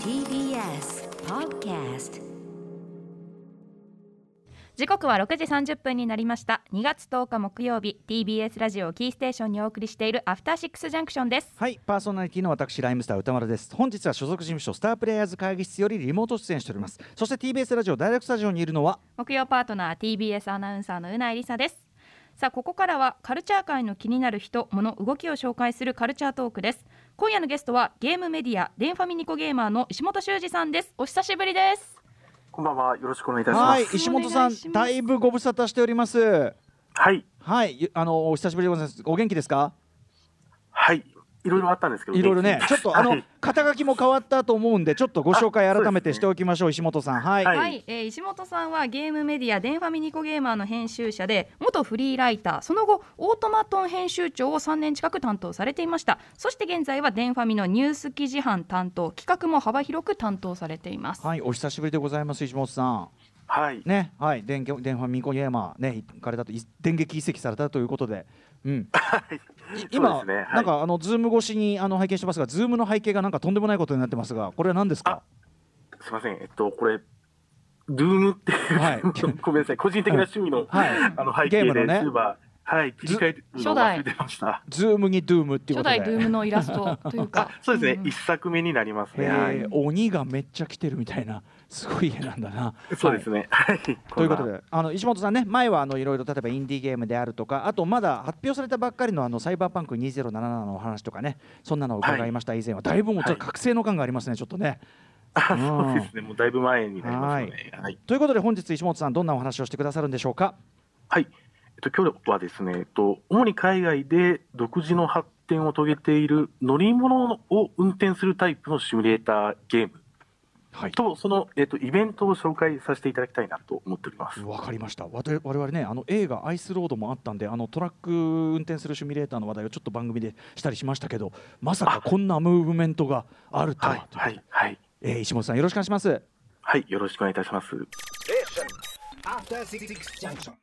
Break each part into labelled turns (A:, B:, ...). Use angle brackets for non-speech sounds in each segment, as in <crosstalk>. A: TBS Podcast
B: 時刻は6時30分になりました2月10日木曜日 TBS ラジオをキーステーションにお送りしているアフターシックスジャンクションです
C: はい、パーソナリティの私、ライムスター歌丸です。本日は所属事務所、スタープレイヤーズ会議室よりリモート出演しております。そして TBS ラジオ、ダイレクトスタジオにいるのは、
B: 木曜パートナー TBS アナウンサーのうないりさですさあここからはカルチャー界の気になる人物動きを紹介するカルチャートークです今夜のゲストはゲームメディアデンファミニコゲーマーの石本修二さんですお久しぶりです
D: こんばんは。よろしくお願いいたしま
C: は
D: す。
C: い、石本さ
B: お願いし
C: ん、
B: ます
C: だいぶご無沙汰しております。
D: はい。
C: はい、ゆあの、お久しぶりでございます。お元気ですか。
D: はい。いろいろあったんですけど。
C: いろいろね
D: 元、気
C: ちょっと、あ
D: は
C: の
D: い、
C: 肩書きも変わったと思うんで、ちょっとご紹介
D: あそうですね
C: 改めてしておきましょう。石本さん、はい。
D: は
B: はい、えー石本さんはゲームメディアデンファミニコゲーマーの編集者で元フリーライターその後オートマトン編集長を3年近く担当されていましたそして現在はデンファミのニュース記事班担当企画も幅広く担当されています、
C: はい、お久しぶりでございます。石本さん。
D: はい。
C: ね、はい、電撃、電話ミコゲーマー、ね、行かれたと、い電撃移籍されたということで。うん。今、
D: そうですねはい
C: なんかあのズーム越しにあの拝見してますが、ズームの背景がなんかとんでもないことになってますが、これは何ですか？
D: すみません。えっとこれ。ドゥームっていう、
C: はい
D: <laughs> ごめんなさい個人的な趣味の、
C: はい
D: あの背
C: ゲー
D: 景
C: ム
D: で
C: のね
D: ね、そういえばはい切り替えてるのを忘れてました
C: ズームにドゥームっていうこ
B: 初
C: とで。
B: 代ドゥームのイラストという
C: <laughs>
D: あ
B: か
D: そうですね、
B: んん
D: 一作目になりますね、は
C: へ
D: い
C: ー、鬼がめっちゃ来てるみたいなすごい家なんだ
D: <laughs>
C: な。
D: そうです
C: はい
D: ねはい
C: ということ
D: んな
C: であの石本さんね前はあのいろいろ例えばインディーゲームであるとかあとまだ発表されたばっかりのあのサイバーパンク2077のお話とかねそんなのを伺いました、以前はだいぶもうちょっと覚醒の感がありますねちょっとね。
D: あ
C: うん
D: そうですねもうだいぶ前になりますよねはい、
C: ということで本日石本さんどんなお話をしてくださるんでしょうか。
D: はいえっと、今日はですね、えっと、主に海外で独自の発展を遂げている乗り物を運転するタイプのシミュレーターゲーム
C: はい
D: とその、えっとイベントを紹介させていただきたいなと思っております。
C: わかりました。わた我々ね、あの映画アイスロードもあったんで、あのトラック運転するシミュレーターの話題をちょっと番組でしたりしましたけど、まさかこんなムーブメントがあるとは。
D: はい、はい、はい、
C: えー石本さんよろしくお願いします。
D: はい、よろしくお願いいたします。
E: After Six Junction.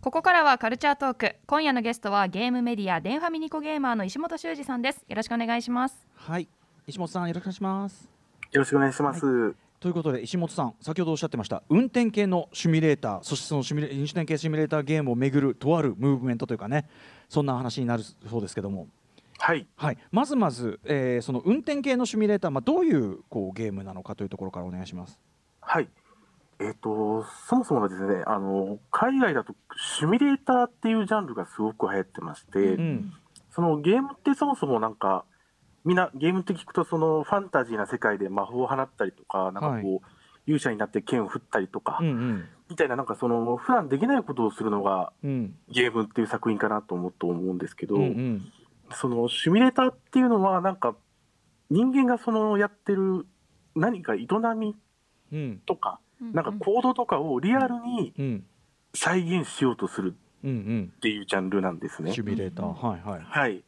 B: ここからはカルチャートーク今夜のゲストはゲームメディアデンファミニコゲーマーの石本修二さんですよろしくお願いします
C: はい、石本さんよろしくお願いします。
D: よろしくお願いします。
C: ということで石本さん先ほどおっしゃってました運転系のシミュレーターそしてそのシミュレ運転系シミュレーターゲームをめぐるとあるムーブメントというかねそんな話になるそうですけども、
D: はい、
C: はい、まずまず、えーその運転系のシミュレーター、まあ、どういうこうゲームなのかというところからお願いします。
D: はい。えっ、と、そもそもがですね、あの、海外だとシミュレーターっていうジャンルがすごく流行ってまして、
C: うん
D: そのゲームってそもそもなんか、みんなゲームって聞くと、そのファンタジーな世界で魔法を放ったりとか、なんかこう、勇者になって剣を振ったりとか、
C: うんうん
D: みたいな、なんかその、普段できないことをするのが
C: うん
D: ゲームっていう作品かなと思うと思うんですけど、
C: うんうん
D: そのシミュレーターっていうのはなんか人間がそのやってる何か営み
C: うん
D: とか、
B: う
D: なんか行動とかをリアルに
C: うん
D: 再現しようとする
C: うん
D: っていうジャンルなんです
C: うん
D: ね
C: シ。ミュレーターはいはい
D: はい、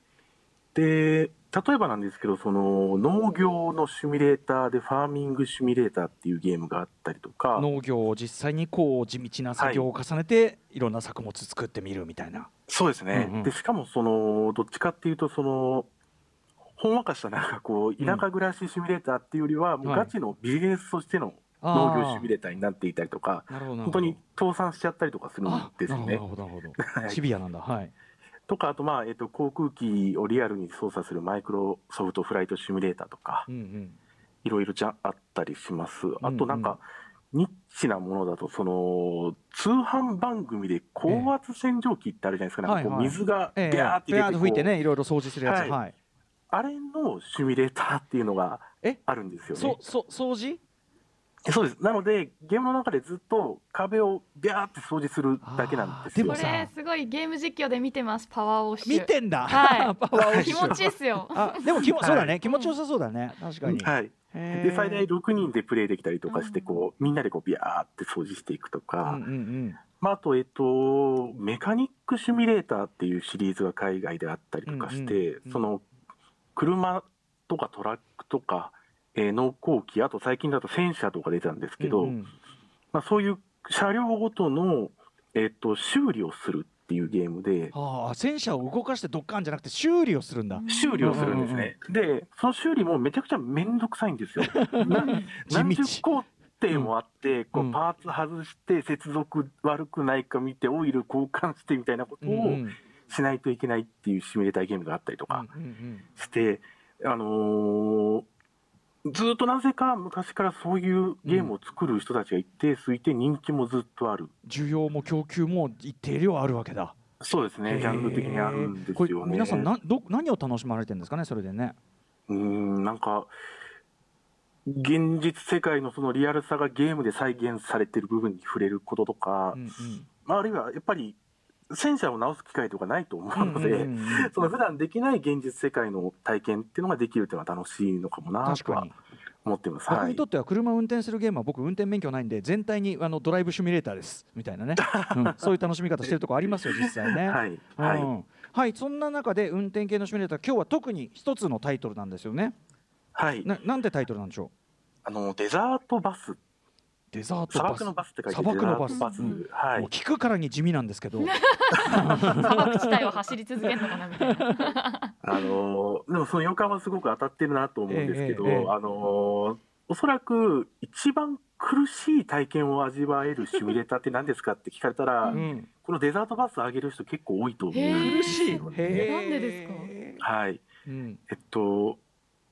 D: で例えばなんですけどその農業のシミュレーターでファーミングシミュレーターっていうゲームがあったりとか
C: 農業を実際にこう地道な作業を重ねていろんな作物作ってみるみたいな
D: そうですね、
C: うんうん
D: でしかもそのどっちかっていうとそのほんわかしたなんかこう田舎暮らしシミュレーターっていうよりはもう
C: はい
D: ガチのビジネスとしての
C: あ
D: 農
C: ー
D: 業シミュレーターになっていたりとか、
C: なるほどなるほど
D: 本当に倒産しちゃったりとかするん
C: あ
D: です
C: なる
D: ね。
C: ほどなるほど
D: はい
C: シビアなんだはい
D: とか、あと、まあえっと航空機をリアルに操作するマイクロソフトフライトシミュレーターとか
C: う、ん
D: いろいろじゃあったりします。あ
C: うんう
D: と、
C: ん
D: なんか、ニッチなものだと、その通販番組で高圧洗浄機ってあるじゃないですか、なんかこ
C: はい
D: う
C: はい
D: 水がビ
C: ええ
D: ャーって
C: ペアー
D: 出
C: で
D: て
C: 吹いて
D: こう
C: ねいろいろ掃除するやつ
D: はい
C: はい
D: あれのシミュレーターっていうのが
C: え
D: あるんですよね。
C: そそ掃除
D: そうです。なので、ゲームの中でずっと壁をビャーって掃除するだけなんで
C: あ
D: す
C: ーでも
D: よ。
C: これ
B: すごいゲーム実況で見てますパワーオッ
C: 見てんだ
B: はい
C: <laughs> パワーオッ
B: <laughs>
C: シ
B: 気
C: ュ
B: 持ちいいっすよ。
C: あでも気も
D: はい
C: そうだね気持ちよさそうだね確かに
D: はい。
C: へー
D: で最大6人でプレイできたりとかして
B: うん
D: こうみんなでこうビャーって掃除していくと
C: うん
D: か、
C: うんうん
D: まあ、あと、えっと、メカニックシミュレーターっていうシリーズが海外であったりとかして、
C: うんうんうん
D: その車とかトラックとか、えー農耕機あと最近だと戦車とか出たんですけど、
C: うんうん
D: まあ、そういう車両ごとの、えっと、修理をするっていうゲームで、
C: ああ戦車を動かしてドッカンじゃなくて修理をするんだ
D: 修理をするんですね。で、その修理もめちゃくちゃめんどくさいんですよ。な
C: 地道
D: 何十工程もあって、こ
C: うん
D: うパーツ外して、接続悪くないか見て、オイル交換してみたいなこと
C: うんう
D: を
C: ん
D: しないといけないっていうシミュレーターゲームがあったりと
C: うん
D: か
C: うん
D: して、あのーずっとなぜか昔からそういうゲームを作る人たちが一定数いて人気もずっとある。
C: 需要も供給も一定量あるわけだ
D: そうですね、ジャンル的にあるんですよね。
C: これ皆さんなど何を楽しまれてるんですかねそれでね
D: うーん、なんか、現実世界のそのリアルさがゲームで再現されてる部分に触れることとか、
C: うん
D: まあ、あるいはやっぱり戦車を直す機会とかないと思
C: う
D: うんの
C: うん
D: で、
C: うんうんうん
D: その普段できない現実世界の体験っていうのができるっていうのは楽しいのかもな
C: 確
D: と
C: か
D: は
C: に
D: 思ってます。
C: 僕
D: は
C: に
D: い
C: と、っては車を運転するゲームは僕運転免許ないんで全体にあのドライブシミュレーターですみたいなね、うんそういう楽しみ方してるとこありますよ実際ね。
D: はい、
C: うん
D: はい、
C: はいそんな中で運転系のシミュレーター今日は特に一つのタイトルなんですよね。
D: はい。
C: ななんてタイトルなんでしょ
D: あの、デザートバス、
C: うデザート
D: 砂
C: バス
D: 漠のバスって書いて
C: 砂漠のバス
D: デザート
F: うん
D: は
C: も。
D: いう
C: 聞くからに地味なんですけど
B: 砂漠地帯を走り続けるのかなみたいな。
D: あのーでもその予感はすごく当たってるなと思うんですけど、
C: ええええ
D: あのーおそらく一番苦しい体験を味わえるシミュレーターって何ですかって聞かれたら、
C: うん
D: このデザートバス上げる人結構多いと思うん
B: へ
D: で
B: え
D: すよね。
B: なんでですか
D: はい。
C: うん
D: えっと、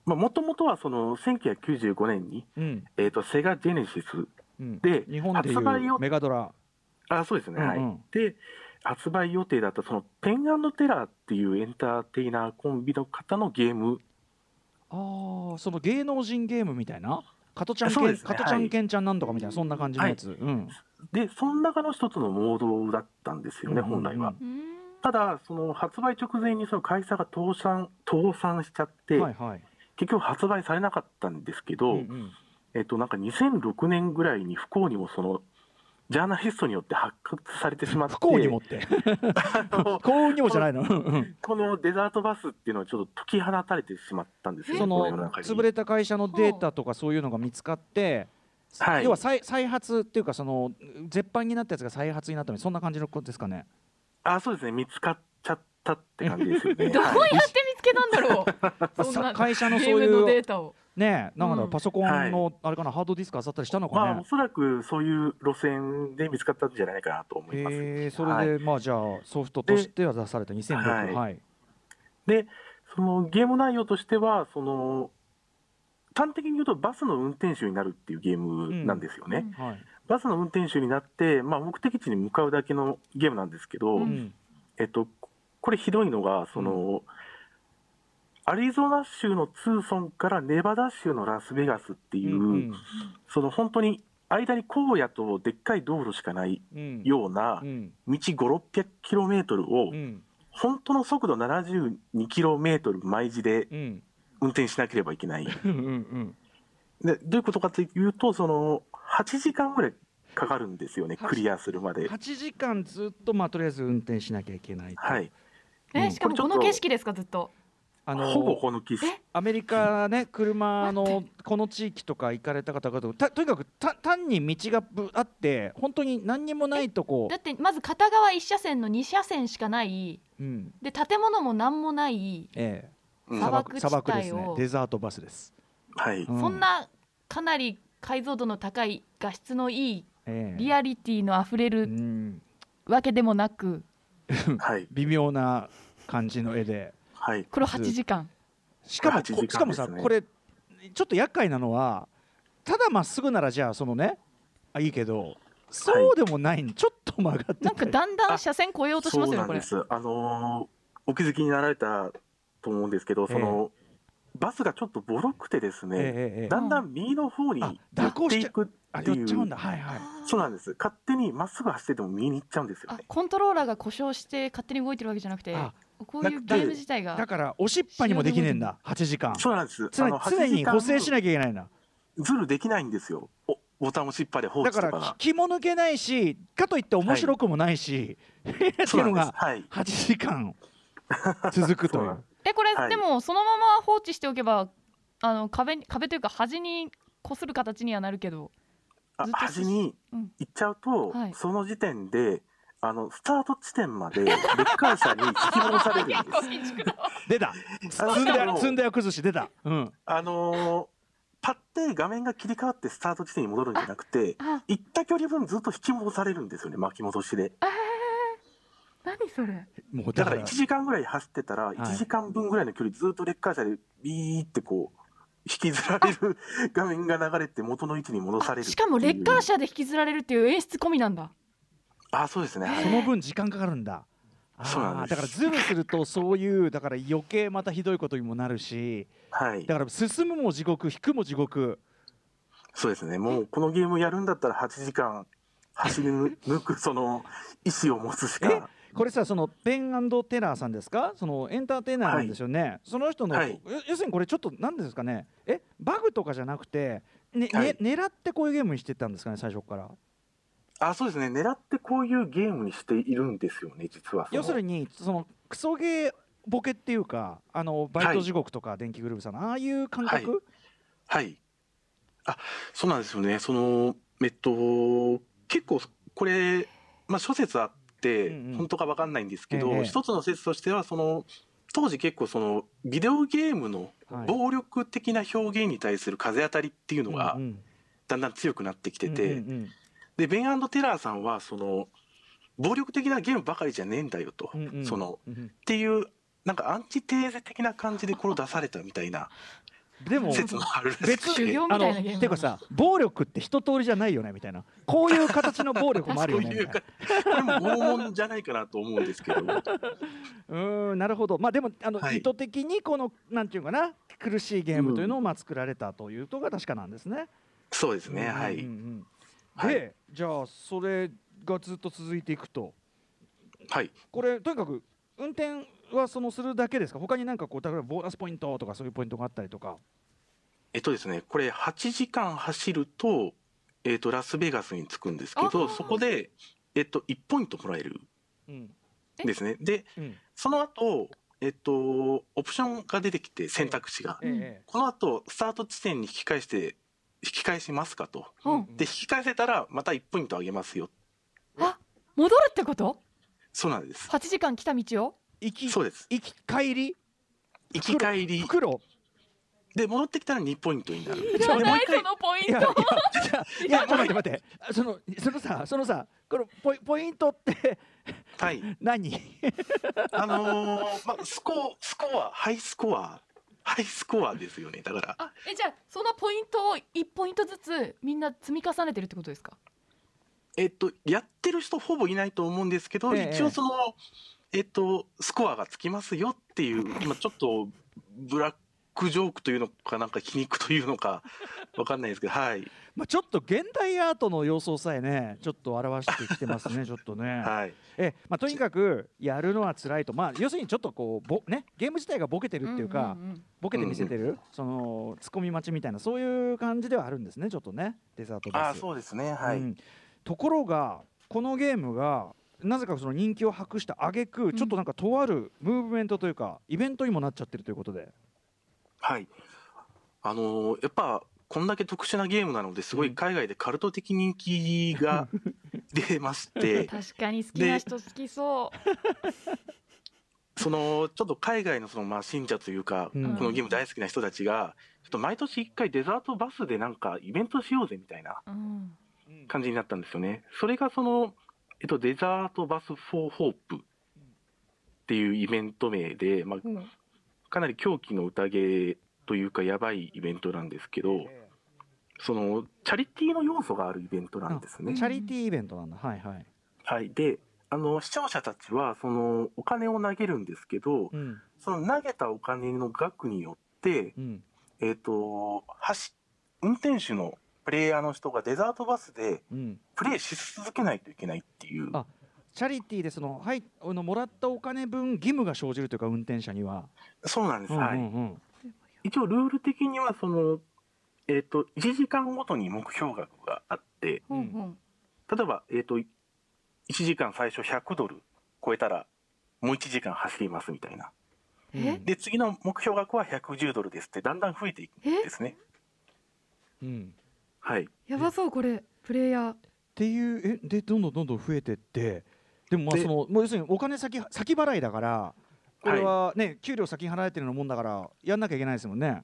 D: まあ、もともとはその1995年に、
C: うん
D: えっと、セガジェネシス
C: うん、
D: で
C: 日本でい
D: 発売
C: う
D: 予
C: メガドラ、
D: あ、そうですね。はい。
C: うんうん
D: で、発売予定だったそのペンテラーっていうエンターテイナーコンビの方のゲーム
C: ああその芸能人ゲームみたいな加トちゃん
D: そう
C: け
D: で
C: ん
D: すね
C: 加トちゃ
D: は
C: ん
D: い
C: けんちゃんなんとかみたいなそんな感じのやつ、うん
D: で、その中の一つのモードだったんですよね、
C: うん
D: 本来は。
B: うーん
D: ただ、その発売直前にその会社が倒産倒産しちゃって、
C: はいはい、
D: 結局発売されなかったんですけど、
C: うんうん
D: えっと、なんか2006年ぐらいに不幸にもその、ジャーナリストによって発掘されてしまって、
C: 不幸にもって
D: あの
C: 幸運にもじゃないのうんうん
D: このデザートバスっていうのはちょっと解き放たれてしまったんですよね、
C: そ
D: こ世
C: の
D: 中に
C: 潰れた会社のデータとかそういうのが見つかって、
D: はい
C: 要は再再発っていうかその絶版になったやつが再発になったみたいなそんな感じのことですかね
D: あ、そうですね、見つかっちゃったって感じです
C: <laughs>
D: よね。
B: どうや
D: はい
B: って見つけたんだろう。そん
C: さ
B: な
C: 会社のそう
B: ゲームの
C: い
B: デ
C: う
B: ータを。
C: ねえなんかだからパソコン
D: は
C: のあれかな、ハードディスクあさったりしたのかね、
D: まあ、おそらくそういう路線で見つかったんじゃないかなと思います。
C: えー、そ
D: はい
C: れで、まあじゃあソフトとしては出された2006
D: はい
C: はい、
D: でそのゲーム内容としてはその端的に言うとバスの運転手になるっていうゲームなんですよね、
B: うん
C: はい
D: バスの運転手になって、まあ、目的地に向かうだけのゲームなんですけど、
B: う
C: うん
D: えっと、これひどいのがその、アリゾナ州のツーソンからネバダ州のラスベガスっていう、
C: うん
D: その本当に間に荒野とでっかい道路しかない
C: うん
D: ような
C: うん
D: 道5 6 0 0トルを
C: うん
D: 本当の速度7 2トル毎時で
C: うん
D: 運転しなければいけない。
C: うんうん
D: でどういうことかというとその8時間ぐらいかかるんですよね
C: はち
D: クリアするまで。
C: 8時間ずっとまあとりあえず運転しなきゃいけないと
D: はい、
B: えしかもこの景色ですかずっと。
C: あの
D: ほぼこの機種
B: え
C: アメリカね車のこの地域とか行かれた方々たとにかくた単に道がぶあって本当に何にもないとこ
B: だ、ってまず片側一車線の二車線しかない。
C: うん
B: で建物も何もない。
C: え
D: う
C: え、
D: ん
C: 砂漠砂
B: 砂漠
C: 漠
B: 地帯
C: ですね
B: を
C: デザートバスです、
D: はい、
C: う
B: そん、なかなり解像度の高い画質のいい
C: ええ
B: リアリティのあふれ
C: う
B: る
C: ん、
B: わけでもなく、
D: はい、
C: 微妙な感じの絵で
D: はい、
B: これ8時間。
C: しかもこ
D: 8時間
C: しかもさ、
D: ですね
C: これちょっと厄介なのはただまっすぐならじゃあそのねあいいけどそうでもないん、ちょっと曲がってた
B: なんか
C: り
B: だんだん車線越えようとします
D: そう
B: よね
D: なん
B: こ
D: で
B: れ。
D: す。あのーお気づきになられたと思うんですけど、その、バスがちょっとボロくてです
C: ええ
D: ね、
C: ええええ
D: だんだん右の方に
C: あ
D: 寄
C: 蛇行
D: っ
C: してち
D: い
C: ゃ
D: く
C: あ
D: って
C: 寄
D: い
C: っ
D: う。
C: ちゃうんだはいはい
D: そうなんです。勝手にまっすぐ走ってても右に行っちゃうんですよ
B: あ
D: ね。
B: コントローラーが故障して勝手に動いてるわけじゃなくて
C: あ
B: こういうゲーム自体
C: だ
B: が
C: からおしっぱにもできねえんだ8時間
D: そうなんです。
C: 常
D: あ
C: に
D: の
C: 常に補正
D: 8時
C: し
D: 間
C: なきゃいけないな
D: ズルできないんですよ。おボタンを失敗で放
C: だ
D: 置と
C: か
D: かが。
C: ら気も抜けない <laughs> しかといって面白くもないし、って
D: そ
C: いううの
D: なんです
C: が
D: はい。
C: 8時間続くとい
D: そうう
B: えこれ、
D: はい
B: でもそのまま放置しておけばあの壁に壁というか端に擦る形にはなるけど
D: あ
B: ずっと
D: 端に
B: うん
D: 行っちゃうと、
B: はい
D: その時点であの、スタート地点までレッカー車に引き戻されるんです。
C: 出た
D: あ
C: 積ん
D: しか
C: だ
D: も
C: 積んだよ崩し出た、うん、
D: あのーパッて画面が切り替わってスタート地点に戻るんじゃなくて
F: あ、
D: 行った距離分ずっと引き戻されるんですよね、巻き戻しで。
F: 何それ
C: もうだ
D: だか
C: から
D: ら1時間ぐらい走ってたら、1時間分ぐらいの距離ずっとレッカー車でビーってこう、引きずられる画面が流れて元の位置に戻される。
B: しかもレッカー
D: 車
B: 車で引きずられるっていう演出込みなんだ
D: あ、そうですね。はい
C: その分時間かかるんだあー
D: そうなんです
C: だからズルするとそういうだから余計またひどいことにもなるし
D: はい
C: だ。から進むも地獄引くも地獄
D: そうですね。もうこのゲームやるんだったら8時間走り抜くその意志を持つしか。
C: これさそのペンテラーさんですかそのエンターテイナーなんですよね、その人の、
D: はい
C: 要要するにこれちょっと何ですかねえバグとかじゃなくて、ねね
D: はい
C: 狙ってこういうゲームにしてたんですかね最初から
D: あ、そうですね。狙ってこういうゲームにしているんですよね、実はそ
C: 要
D: の。
C: するにそのクソゲーボケっていうかあのバイト地獄とか電気グルーヴさんの、ああいう感覚、
D: ははい。あ、そうなんですよね。その、えっと、結構、これ、まあ、諸説あって、
C: うんうん
D: 本当かわかんないんですけど、
C: ええ
D: 一つの説としては、その、当時結構その、ビデオゲームの
C: はい
D: 暴力的な表現に対する風当たりっていうのが
C: うんう、ん
D: だんだん強くなってきてて、
C: うんうん
D: で、ベンテラーさんは、その、暴力的なゲームばかりじゃねえんだよと、
C: うんうん
D: その、
C: うんうん
D: っていう、なんかアンチテーゼ的な感じでこれを出されたみたいな
C: でも
D: 説もあるらしくて
C: 別
B: 修行み
C: あ
B: たい
C: の
B: なゲーム
C: てかさ暴力って一通りじゃないよねみたいなこういう形の暴力もあるよね
D: そう
C: み
D: い
C: た
D: う
C: いな
D: か、これも拷問じゃないかなと思うんですけど、
C: うーんなるほどまあでもあの、
D: はい
C: 意図的にこのなんていうかな苦しいゲームというのをまあ作られたというとが確かなんですね。
D: <laughs> そうですね、は
C: うんう
D: い。
C: んうん
D: はい、
C: でじゃあそれがずっと続いていくと
D: はい、
C: これとにかく運転はそのするだけですか他になんかこう例えばボーナスポイントとかそういうポイントがあったりとか
D: えっとですね、これ8時間走ると、えっと、ラスベガスに着くんですけ
B: あ
D: ど、
B: ー
D: そこで、えっと、1ポイントもらえる
C: うん
D: んですね。で、
C: うん
D: その後、えっと、オプションが出てきて選択肢が。
C: ええ
D: この後、スタート地点に引き返して、引き返しますかと。
B: うん
C: うん
D: で、引き返せたら、また1ポイントあげますよ。
B: 戻るってこと
D: そうなんです。
B: 8時間来た道を
C: 行き
D: そうです。
C: 行き帰り
D: 行き帰り。
C: 袋
D: で、戻ってきたら2ポイントになる。
C: ちょっともう一
B: そ
C: 回
B: のポイ
C: い
B: ン
C: やい
B: ト
C: やじゃあいやちょっと待って待ってあそのそのさそのさこのポイポイントって
D: はい。
C: 何
D: あのーまあ、スコ、スコア、ハイスコア、ハイスコアですよね。だから、
B: あえじゃあそのポイントを1ポイントずつみんな積み重ねてるってことですか
D: えっと、やってる人ほぼいないと思うんですけど、
C: ええ
D: 一応その、えっと、スコアがつきますよっていう、まあ、ちょっと、ブラックジョークというのか、なんか皮肉というのか、わかんないですけど、はい。
C: まあ、ちょっと現代アートの様相さえねちょっと表してきてますねちょっとね、
D: はい。
C: えまあ、とにかくやるのは辛いと、まあ、要するにちょっとこうぼ、ね、ゲーム自体がボケてるっていうか、
B: んんん
C: ボケて見せてる、そのツッコミ待ちみたいなそういう感じではあるんですねちょっとねデザートです
D: ああ、そうですね。はい。
C: うんところがこのゲームがなぜかその人気を博した挙句ちょっとなんかとあるムーブメントというかイベントにもなっちゃってるということで、
D: はい。あのーやっぱ、こんだけ特殊なゲームなので、すごい海外でカルト的人気が出まして、
B: 確かに好きな人好きそう
D: そのちょっと海外のそのまあ信者というか、
C: うん
D: このゲーム大好きな人たちが、ちょっと毎年一回デザートバスでなんかイベントしようぜみたいな
B: うん
D: 感じになったんですよね。それがその、えっと、デザートバス・フォー・ホープっていうイベント名で、まあ、
B: うん
D: かなり狂気の宴というか、やばいイベントなんですけど、そのチャリティーの要素があるイベントなんですね
C: チ。ャリティーイベントなんだはいはい、
D: はい、であの視聴者たちはそのお金を投げるんですけど、
C: うん
D: その投げたお金の額によって、
C: うん、
D: えっ、と、走運転手のプレイヤーの人がデザートバスで
C: うん
D: プレイし続けないといけないっていう。
C: あチャリティーでその、はい、あのもらったお金分義務が生じるというか運転者には、
D: そうなんです。は
C: うんう
D: い。
C: んうん
D: 一応ルール的にはその、えっ、と、1時間ごとに目標額があって、
B: ほんほん
D: 例えば、えっ、と、1時間最初100ドル超えたら、もう1時間走りますみたいな。
B: え
D: で、次の目標額は110ドルですって、だんだん増えていくん
B: え
D: ですね。
C: うん、っ
D: はい。
B: やばそうこれプレイヤー
C: ていうえでどんどんどんどん増えてってででもまあ
D: で
C: そのもう要するにお金先先払いだからこれはね、給料先払えてるのもんだからやんなきゃいけないですもんね。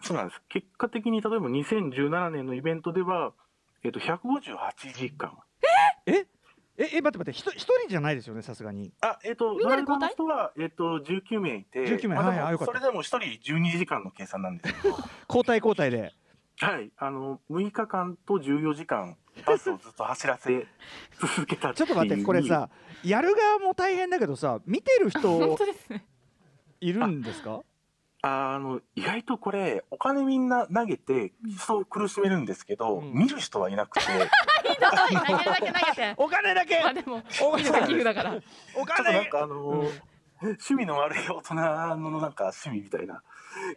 D: そうなんです。結果的に、例えば2017年のイベントでは、えっと、158時間。
C: えええ待って待ってひと一人じゃないですよねさすがに。
D: あ、えっと、
B: みんなで交代
D: ドライバーの人は、えっと、19名いて、
C: 19名
D: まあ
C: はい
D: でも
C: あよかった
D: それでも1人12時間の計算なんです。
C: 交代交代で。
D: <laughs> はい。あの、6日間と14時間、 <laughs> バスをずっと走らせ続けた
C: ちょっと待ってこれ。さやる側も大変だけどさ見てる
B: 本
C: <laughs> 人
B: 当ですね。
C: いるんですか？
D: あの、意外とこれ、お金みんな投げて、人を苦しめるんですけど、
C: うん
D: 見る人はいな <laughs> くて、
B: 投げるだけ投げて。
C: お金だけ
B: まあでも、
C: お
B: 見るだけ寄付だから。
C: お
D: ちょっとなん
C: 金
D: かあのー趣味の悪い大人のなんか趣味みたいな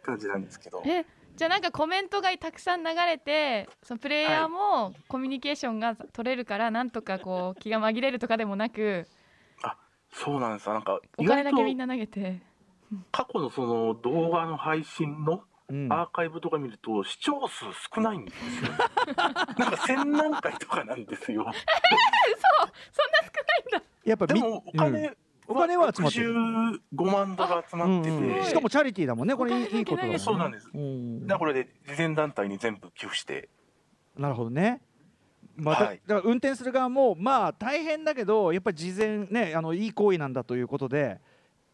D: 感じなんですけど。
B: え、じゃあなんかコメントがたくさん流れて、そのプレイヤーもコミュニケーションが取れるから、なんとかこう気が紛れるとかでもなく、
D: そうなんですよなんか、
B: お金だけみん
D: な
B: な投げて。
D: 過去のその動画の配信の
C: うん
D: アーカイブとか見ると、視聴数少ないんですよ。
B: <laughs>
D: なんか千何回とかなんですよ。
C: やっぱ
D: で
C: み
D: もお
C: うん
D: 金、
C: お金は集まってる
D: 65万ドル集まってて、
C: うんうんしかもチャリティーだもんねこれいいいいことだもんね
D: そうなんです
C: うん
D: だからこれで慈善団体に全部寄付して、
C: なるほどね。また、
D: はい
C: だから運転する側もまあ大変だけどやっぱり事前ねあのいい行為なんだということで、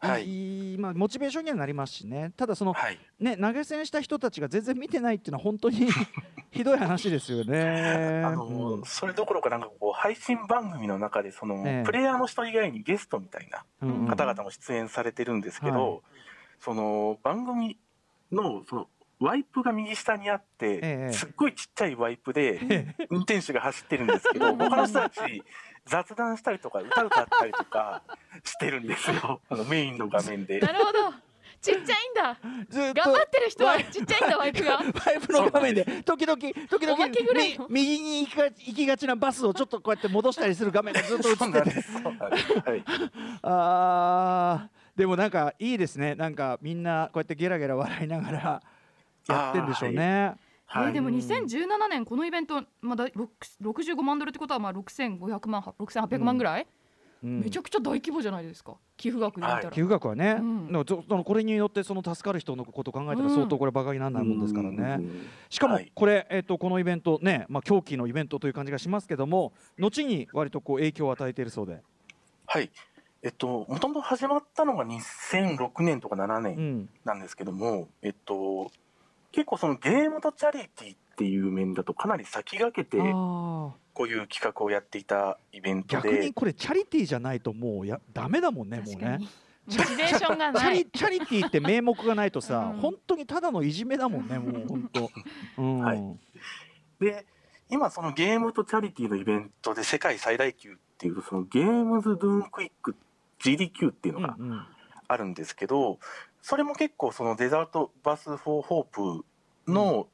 D: はい、
C: いいまあモチベーションにはなりますしね。ただその、
D: はい、
C: ね投げ銭した人たちが全然見てないっていうのは本当に <laughs> ひどい話ですよね。
D: あのー
C: うん
D: それどころかなんかこう配信番組の中でその、
C: ええ
D: プレイヤーの人以外にゲストみたいな
C: うんうん
D: 方々も出演されてるんですけど、
C: は
D: その番組のそのワイプが右下にあって、
C: ええ
D: すっごいちっちゃいワイプで運転手が走ってるんです
C: <laughs>
D: けど他の人たち雑談したりとか歌歌ったりとかしてるんです
C: <laughs>
D: よあのメインの画面で
B: な。るほど。ちっちゃいんだ。
C: ずっと
B: 頑張ってる人はちっちゃいんだ、ワイプが。
C: パイプの画面で時々時々
B: おまけぐらいの
C: み右に行きが行きがちなバスをちょっとこうやって戻したりする画面がずっと映っ
D: そうな
C: て
D: ん
C: て
D: ですそうなんですはい
C: あーでもなんかいいですねなんかみんなこうやってゲラゲラ笑いながらやってんでしょうね、
D: は
B: えー
D: い
B: でも2017年このイベントまだろく65万ドルってことはまあ6500万は6800万ぐらい、
C: うん
B: めちゃくちゃ大規模じゃないですか寄付額で見たら、
C: 寄付額はね、
B: うん
C: でもちょそのこれによってその助かる人のことを考えたら相当これバカにならないもんですからね、
D: うん
C: しかも
D: はい
C: これ、えっとこのイベントね、まあ、狂気のイベントという感じがしますけども後に割とこう影響を与えているそうで、
D: はいえっともともと始まったのが2006年とか7
C: う
D: 年
C: ん
D: なんですけども、えっと、結構そのゲームとチャリティーっていう面だとかなり先駆けて
C: あー
D: こういう企画をやっていたイベント
C: 逆に
D: で
C: これチャリティーじゃないともうやダメだもんねもう
B: 確か
C: ね
B: にモチベーションが
C: チャ
B: な
C: リ
B: い
C: チャリティーって名目がないとさ、
B: うん
C: 本当にただのいじめだもん
B: <laughs>
C: ねもう本当、うん
D: はいで今そのゲームとチャリティーのイベントで世界最大級っていうそのゲームズ・ドゥーン・クイック GDQ っていう
C: う
D: の
C: ん
D: が
C: うん
D: あるんですけど、それも結構そのデザート・バス・フォー・ホープの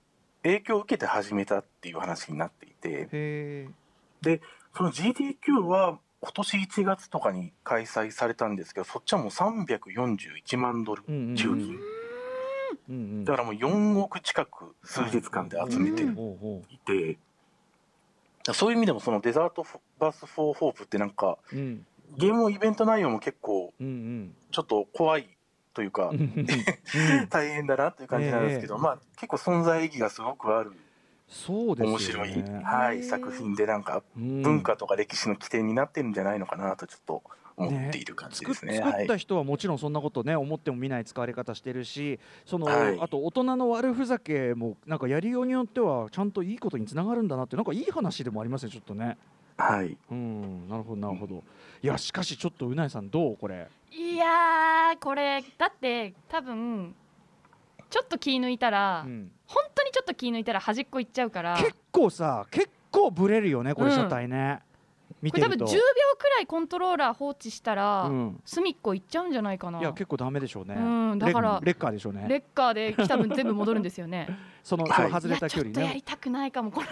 D: 影響を受けて始めたっていう話になっていて
C: へ
D: その GDQ は今年1月とかに開催されたんですけどそっちはもう341万ドル
C: え、うんうん
D: 給金
C: うんうん
D: だからもう4億近く数日間で集めて
C: ほうほ
D: いて、だからそういう意味でもそのデザートフォバス・フォー・ホープってなんか
C: ううん
D: ゲームのイベント内容も結構
C: うんうん
D: ちょっと怖いというか、
C: うんうん
D: 大変だなという感じなんですけど、まあ結構存在意義がすごくある
C: そうですよ、ね、
D: 面白い、はい、作品でなんか文
C: 文
D: 化とか歴史の起点になってるんじゃないのかなとちょっと思っている感じですね。
C: 作っ
D: は
C: 作っ
D: い
C: た人はもちろんそんなことね思っても見ない使われ方してるしその、
D: はい
C: あと大人の悪ふざけもなんかやりようによってはちゃんといいことにつながるんだなってなんかいい話でもありますねちょっとね
D: はい、
C: うんなるほどなるほどいやしかしちょっとうないさんどうこれ
B: いやーこれだって多分ちょっと気抜いたら、
C: うん
B: 本当にちょっと気抜いたら端っこ行っちゃうから
C: 結構さ結構ブレるよねこれ
B: うん
C: 車体ね、見
B: こ
C: て
B: れ多分
C: る
B: 10
C: と
B: 秒くらいコントローラー放置したら、
C: うん、
B: 隅っこ行っちゃうんじゃないかない
C: や結構ダメでしょうね、
B: うんだから
C: レッレッカーでしょうね
B: レッカーで来た分全部戻るんですよね
C: その
D: はい
C: そ
B: い
C: の <laughs> 外
B: や
C: れ
B: ちょ
C: た距
B: っ
C: 離
B: とや
C: ね
B: りたくないかもこの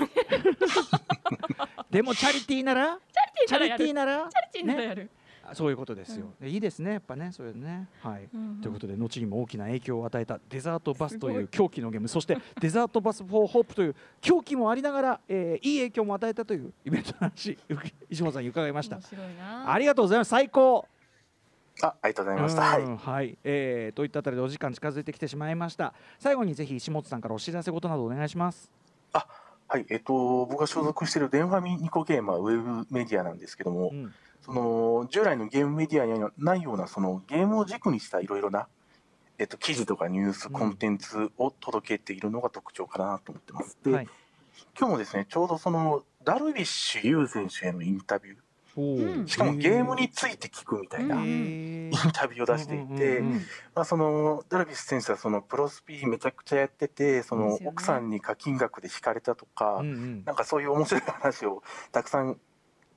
C: でもチャリティーならチャ
B: ャリ
C: リ
B: <laughs> テ
C: テ
B: ィ
C: ィ
B: ー
C: ーなら
B: チンならやる、
C: そういうことですよ、でいいですねやっぱねそういうのねはい、ということで後にも大きな影響を与えたデザートバスという狂気のゲームそしてデザートバス・フォー・ホープという狂気もありながら、えーいい影響も与えたというイベントの話石本さんに伺いました
B: 面白いな
C: ありがとうございます最高
D: あありがとうございました。は
C: う
D: い
C: んはい、えーといったあたりでお時間近づいてきてしまいました最後にぜひ石本さんからお知らせことなどお願いします
D: はい、えっと、僕が所属している電話ミニコゲーマーウェブメディアなんですけども、
C: うん
D: その従来のゲームメディアにはないようなそのゲームを軸にしたいろいろな、えっと、記事とかニュース、
C: うん
D: コンテンツを届けているのが特徴かなと思ってます。で、
C: はい
D: 今日もですね、ちょうどそのダルビッシュ有選手へのインタビュ
C: おー
B: うん
D: ー、しかもゲームについて聞くみたいな
B: う
D: イン
C: へー
D: タビューを出していて
C: うんう、んうん
D: まあ、そのダルビッシュ選手はそのプロスピめちゃくちゃやってて、そ
B: で
D: の
B: すよね
D: 奥さんに課金額で引かれたとか、
C: うんうん
D: なんかそういう面白い話をたくさん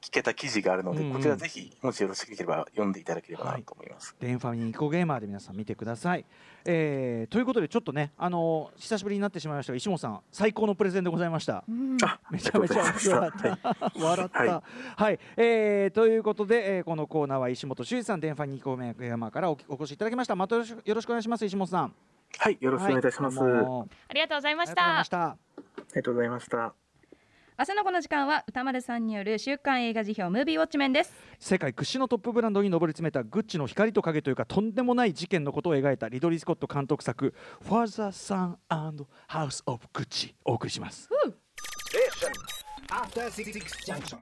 D: 聞けた記事があるので、
C: うんうん
D: こちらぜひ、もしよろしければ読んでいただければなと思います。
C: 電ファミニコゲーマーで皆さん見てください。えーということでちょっとねあのー久しぶりになってしまいましたが石本さん最高のプレゼンでございました。
B: うん
C: めちゃめちゃ面白かった。笑った。はい、えーということで、えーこのコーナーは石本修二さん電ファニコゲーマーからおお越しいただきました。またよろしよろしくお願いします石本さん。よ
D: はい、よろしくお願いいたします。
C: ありがとう
D: あ
C: ご
B: ありがとうございま
C: ざ
B: し
C: いま
B: た
C: した。
D: りがとうございました。
F: 明日のこの時間は歌丸さんによる週刊映画辞表ムービーウォッチメンです
C: 世界屈指のトップブランドに上り詰めたグッチの光と影というかとんでもない事件のことを描いたリドリー・スコット監督作「ファザー・サン・アンド・ハウス・オブ・グッチ」お送りします。
E: Station. After Six Junction.